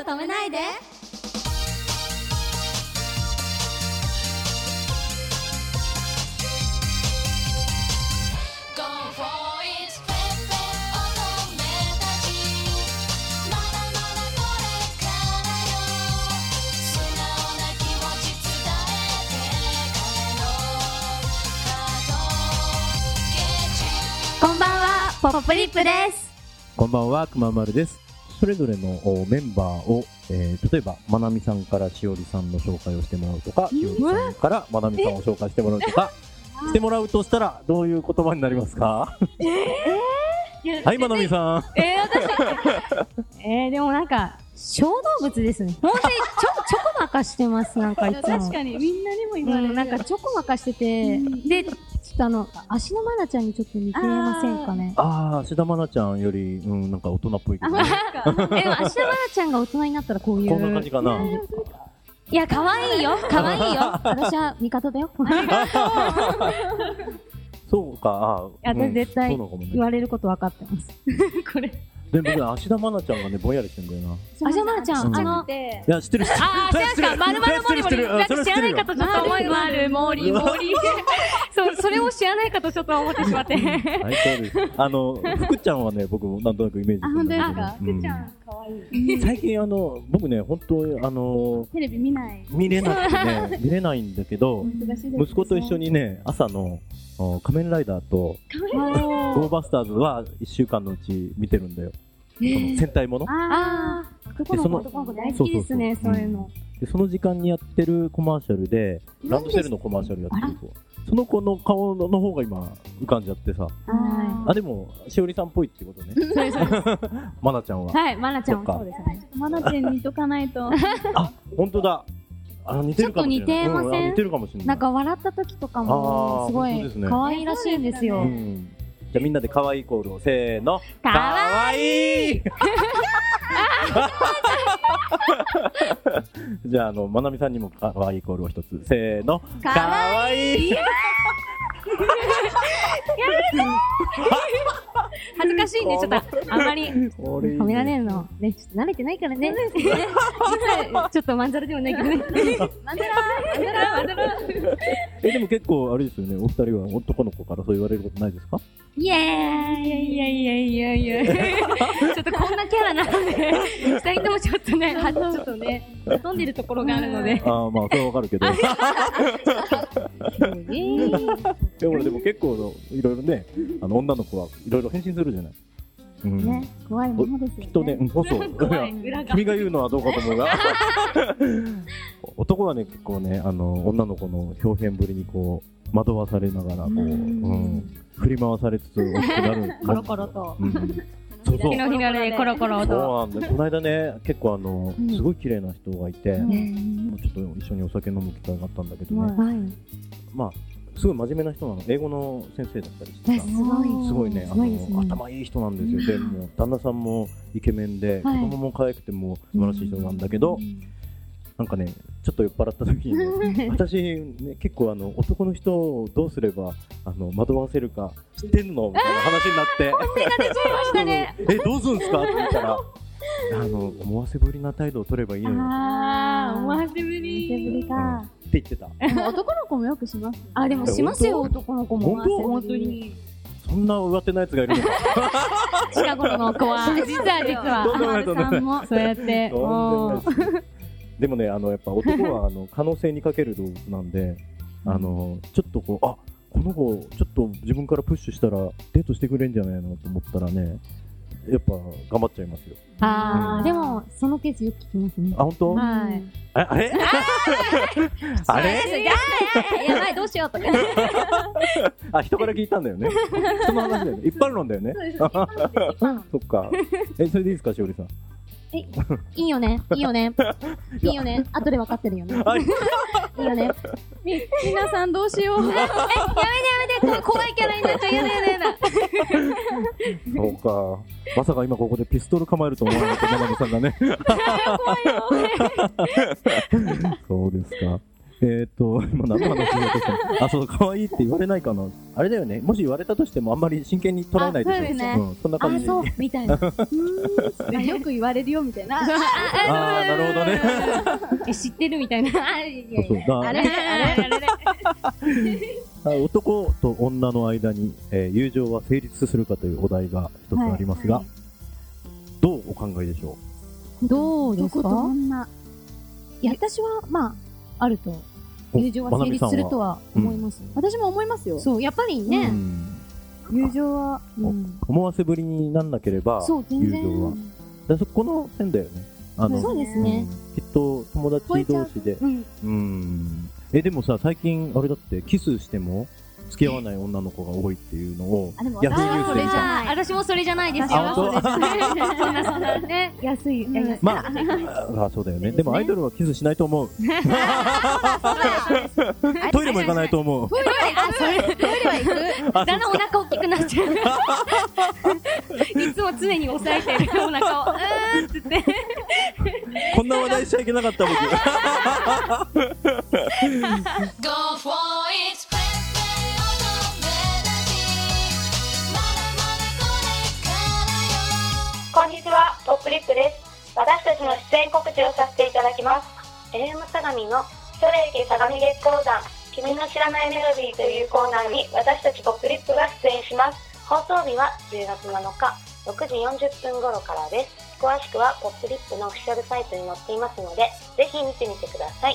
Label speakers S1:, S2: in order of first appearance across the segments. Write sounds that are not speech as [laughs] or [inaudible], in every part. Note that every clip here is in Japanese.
S1: を止めないで
S2: 「ゴーフォーイッペッペ乙女たち」「まだまだこれからよ」「素直な気持ち伝えて彼のカーゲチ」
S1: こんばんはポップリップです
S3: こんばんは、くままるです。それぞれのおメンバーを、えー例えば、まなみさんからしおりさんの紹介をしてもらうとか、しおりさんからまなみさんを紹介してもらうとか、してもらうとしたら、どういう言葉になりますか [laughs] はい、まなみさん。
S1: えー、私
S4: えー、でもなんか、小動物ですね。本当にちょ、ちょこまかしてます、なんかいつも。
S5: 確かにみんなにも言われる、
S4: うん、なんかちょこまかしてて、で、ちょっとあの、足のまなちゃんにちょっと似てませんかね。
S3: あー、しだまなちゃんより、うん、なんか大人っぽいけど、ね、
S4: え、でも足のまなちゃんが大人になったらこういう。
S3: こんな感じかな。
S4: いや、可愛いよ、可愛いよ。私は味方だよ。
S3: そうか、あー、
S4: いや
S3: うん
S4: 絶対
S3: そうなのかも
S4: 言
S3: ね。
S4: われること分かってます。これ。
S3: でも僕、芦田愛菜ちゃんがね、ぼんやりしてんだよな。
S4: 足のまなちゃん、
S3: うん
S4: あの、
S5: で
S3: いや、知ってる、知ってる。
S1: あー知らんかまるまるモリモリなんか知らないかとちょっと思いもあるモリモリそうそれを知らないかとちょっと思ってしまって
S3: はい、そ
S5: [laughs]
S3: うです。あの、福ちゃんはね、僕もなんとなくイメージしてるんだけど。
S5: あ
S3: うん
S5: ちゃん可愛い
S3: 最近、あの、僕ね、本当、あの、
S5: テレビ見ない
S3: 見れなくて
S5: [laughs]
S3: ね、見れないんだけど、
S5: 難しいです
S3: 息子と一緒にね、朝の、お仮面ライダーと、ゴーバスターズは1週間のうち見てるんだよ。その戦隊もの
S4: ああ、男の
S3: そ
S4: 子、
S3: の
S4: 男の子大好きですね、
S3: そ
S4: そうう
S3: そうそう
S4: いうの。
S3: で、その時間にやってるコマーシャルで、ランドセルのコマーシャルやってる子。その子の顔の方が今浮かんじゃってさ。
S4: は
S3: あ、でも、しおりさんっぽいってことね。
S4: い。
S3: [laughs]
S4: そうですそうです
S3: まなちゃんは。
S4: はい、まなちゃんはそうですね。
S5: マナちゃん見とかないと
S3: あ、本当だ。あ、似てるかもしれない。
S4: ちょっと似てません
S3: うあ似てるかもしれない。
S4: なんか笑った時とかも
S3: あー
S4: すご
S3: 本当ですね
S4: い可愛いらしいんです
S3: う
S4: よ。
S3: ん。じゃあみんなで可愛いコールをせーの。
S4: 可
S3: 愛いい。 [laughs] じゃああのまなみさんにも可愛いコールを一つせーの。
S4: 可
S3: 愛いい。
S4: 恥ずかしいんでちょっとあまり
S3: これいい
S4: 褒められるのねちょっと慣れてないからね。ちょっとまんざらでもないけどね。
S3: えでも結構あれですよね。お二人は男の子からそう言われることないですか？
S4: [laughs] イエーイいやいやいやいやいや。ちょっとこんなキャラなので二人ともちょっとねはちょっとね飛んでるところがあるので。
S3: ああまあそれはわかるけ
S4: [laughs]
S3: ど。でもでも結構いろいろねあの女の子はいろいろ変身するじゃない。うん。
S4: ね怖いものですよね。
S3: きっとね、うん、そう
S4: [laughs]
S3: そう。いや君が言うのはどうかと思うが。 [laughs] 男はね、結構ね、あの、女の子の表現ぶりにこう、惑わされながら、こう、うん、振り回されつつ大きくなる。
S4: [laughs] コロコロと
S3: うん。そうそう
S4: [laughs] 日。の日のでコロコロと。
S3: そうなんだ。この間ね、結構あの、
S4: うん
S3: すごい綺麗な人がいて、
S4: う
S3: も
S4: ん
S3: うちょっと一緒にお酒飲む機会があったんだけどね、
S4: はい。
S3: まあ、すごい真面目な人なの。英語の先生だったりしてさ。
S4: すごい。
S3: すごいね、あ
S4: すごいですね
S3: の頭いい人なんですよ。でもう旦那さんもイケメンで、子
S4: はい
S3: 供も可愛くてもう素晴らしい人なんだけど、なんかね、ちょっと酔っ払った時にね、私ね結構あの男の人をどうすればあの惑わせるか知ってんのみたいな話になって、 [laughs] うんえどうするんですかって言ったら、あの思わせぶりな態度を取ればいいのよ。
S5: あー思わせぶ
S4: 見せぶ
S5: り
S4: り
S3: うん
S4: か
S3: っ。て言ってた。
S5: 男の子もよくしますよ
S4: あ、でもしますよ、男の子も。
S3: 本当
S4: 本当 [laughs] に。
S3: そんな上手なやつがいるのか。
S4: 近頃の子は、実は実は、
S3: どんどんどんどん
S4: あはるさんも、そうやって、
S3: と
S4: も
S3: んでもないですでもね、あのやっぱ男はあの可能性にかける動物なんで、あのちょっとこう、あこの子、ちょっと自分からプッシュしたら、デートしてくれんじゃないのと思ったらね、やっぱ頑張っちゃいますよ。
S4: う、あーでも、そのケースよく聞きますね。
S3: あ、本当
S4: はい。
S3: ああれ [laughs] あれ
S4: えやばい、どうしようとか。
S3: あ、人から聞いたんだ [laughs] よね。人の話だよね。一般論だよね。 [laughs] そっか。え、それでいいですか、しおりさん。
S4: いいよね、いいよね、いいよね、後で分かってるよね。
S3: あ
S4: いいよね。
S5: [laughs] 皆さんどうしよう
S4: [laughs] やめてやめて、怖いキャラになっちゃう。やだやだやだ。
S3: そうか。まさか今ここでピストル構えると思わなかった、山根さんがね。そうですか。えーっと、今何の話しようとしたのあ、そう、可愛いって言われないかな。あれだよね。もし言われたとしても、あんまり真剣に捉えないでしょ。
S5: あそうですね
S3: ん、そんな感
S4: あ、
S3: じ。
S4: そう、みたい [laughs] な。
S5: あよく言われるよみたいな。
S3: あーなるほどね。
S4: [laughs] え、知ってるみたいな。あいやい
S3: そうそうだ
S4: やあれあ [laughs] れ
S3: あ
S4: あれ
S3: 男と女の間に、えー友情は成立するかというお題が一つありますが、
S5: はい
S3: どうお考えでしょ
S4: どうです
S5: 男と
S4: か
S5: 女。
S4: いや、私は、まあ、あると。
S3: うお
S4: 友情は成立するとは思います。
S5: 私も思いますよ。
S4: そう、やっぱり
S3: まなみさ
S4: ね、
S3: んはうん
S5: 友情は。
S4: うん
S3: 思わせぶりになんなければ、
S4: そう、全然
S3: 友情は。だそこの線だよね。あの
S4: そうですね。
S3: うんきっと友達同士で。
S4: うん。
S3: うん。え、でもさ、最近、あれだって、キスしても付き合わない女の子が多いっていうのを、
S5: あ、でも
S3: ヤフ
S5: 私
S3: ーニュースで見た。
S4: [laughs] あー、それじゃない。私もそれじゃないですよ。
S3: あ本当
S4: そんな [laughs] そんなね。
S5: 安い。
S4: うん
S5: 安い
S3: まあ、あそうだよね。でもアイドルはキスしないと思う。トイレも行かないと思う。
S4: トイレ、あ、それ、トイレは行く。だんだんお腹大きくなっちゃう。 [laughs] いつも常に抑えてるお腹を。うーんって言って。
S3: こんな話題しちゃいけなかった僕。
S2: Go for it ペンペン乙女たちまだまだこれからよ
S6: こんにちは、ポップリップです。私たちの出演告知をさせていただきます。FM 相模のソレイケ相模月光山、君の知らないメロディーというコーナーに私たちポップリップが出演します。放送日は10月7日、6時40分頃からです。詳しくはポップリップのオフィシャルサイトに載っていますので、ぜひ見てみてください。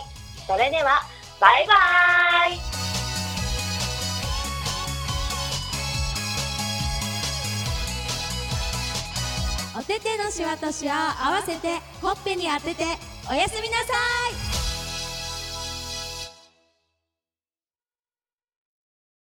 S6: それでは、バイバーイ
S7: お手手のシワとシワを合わせてほっぺに当てておやすみなさい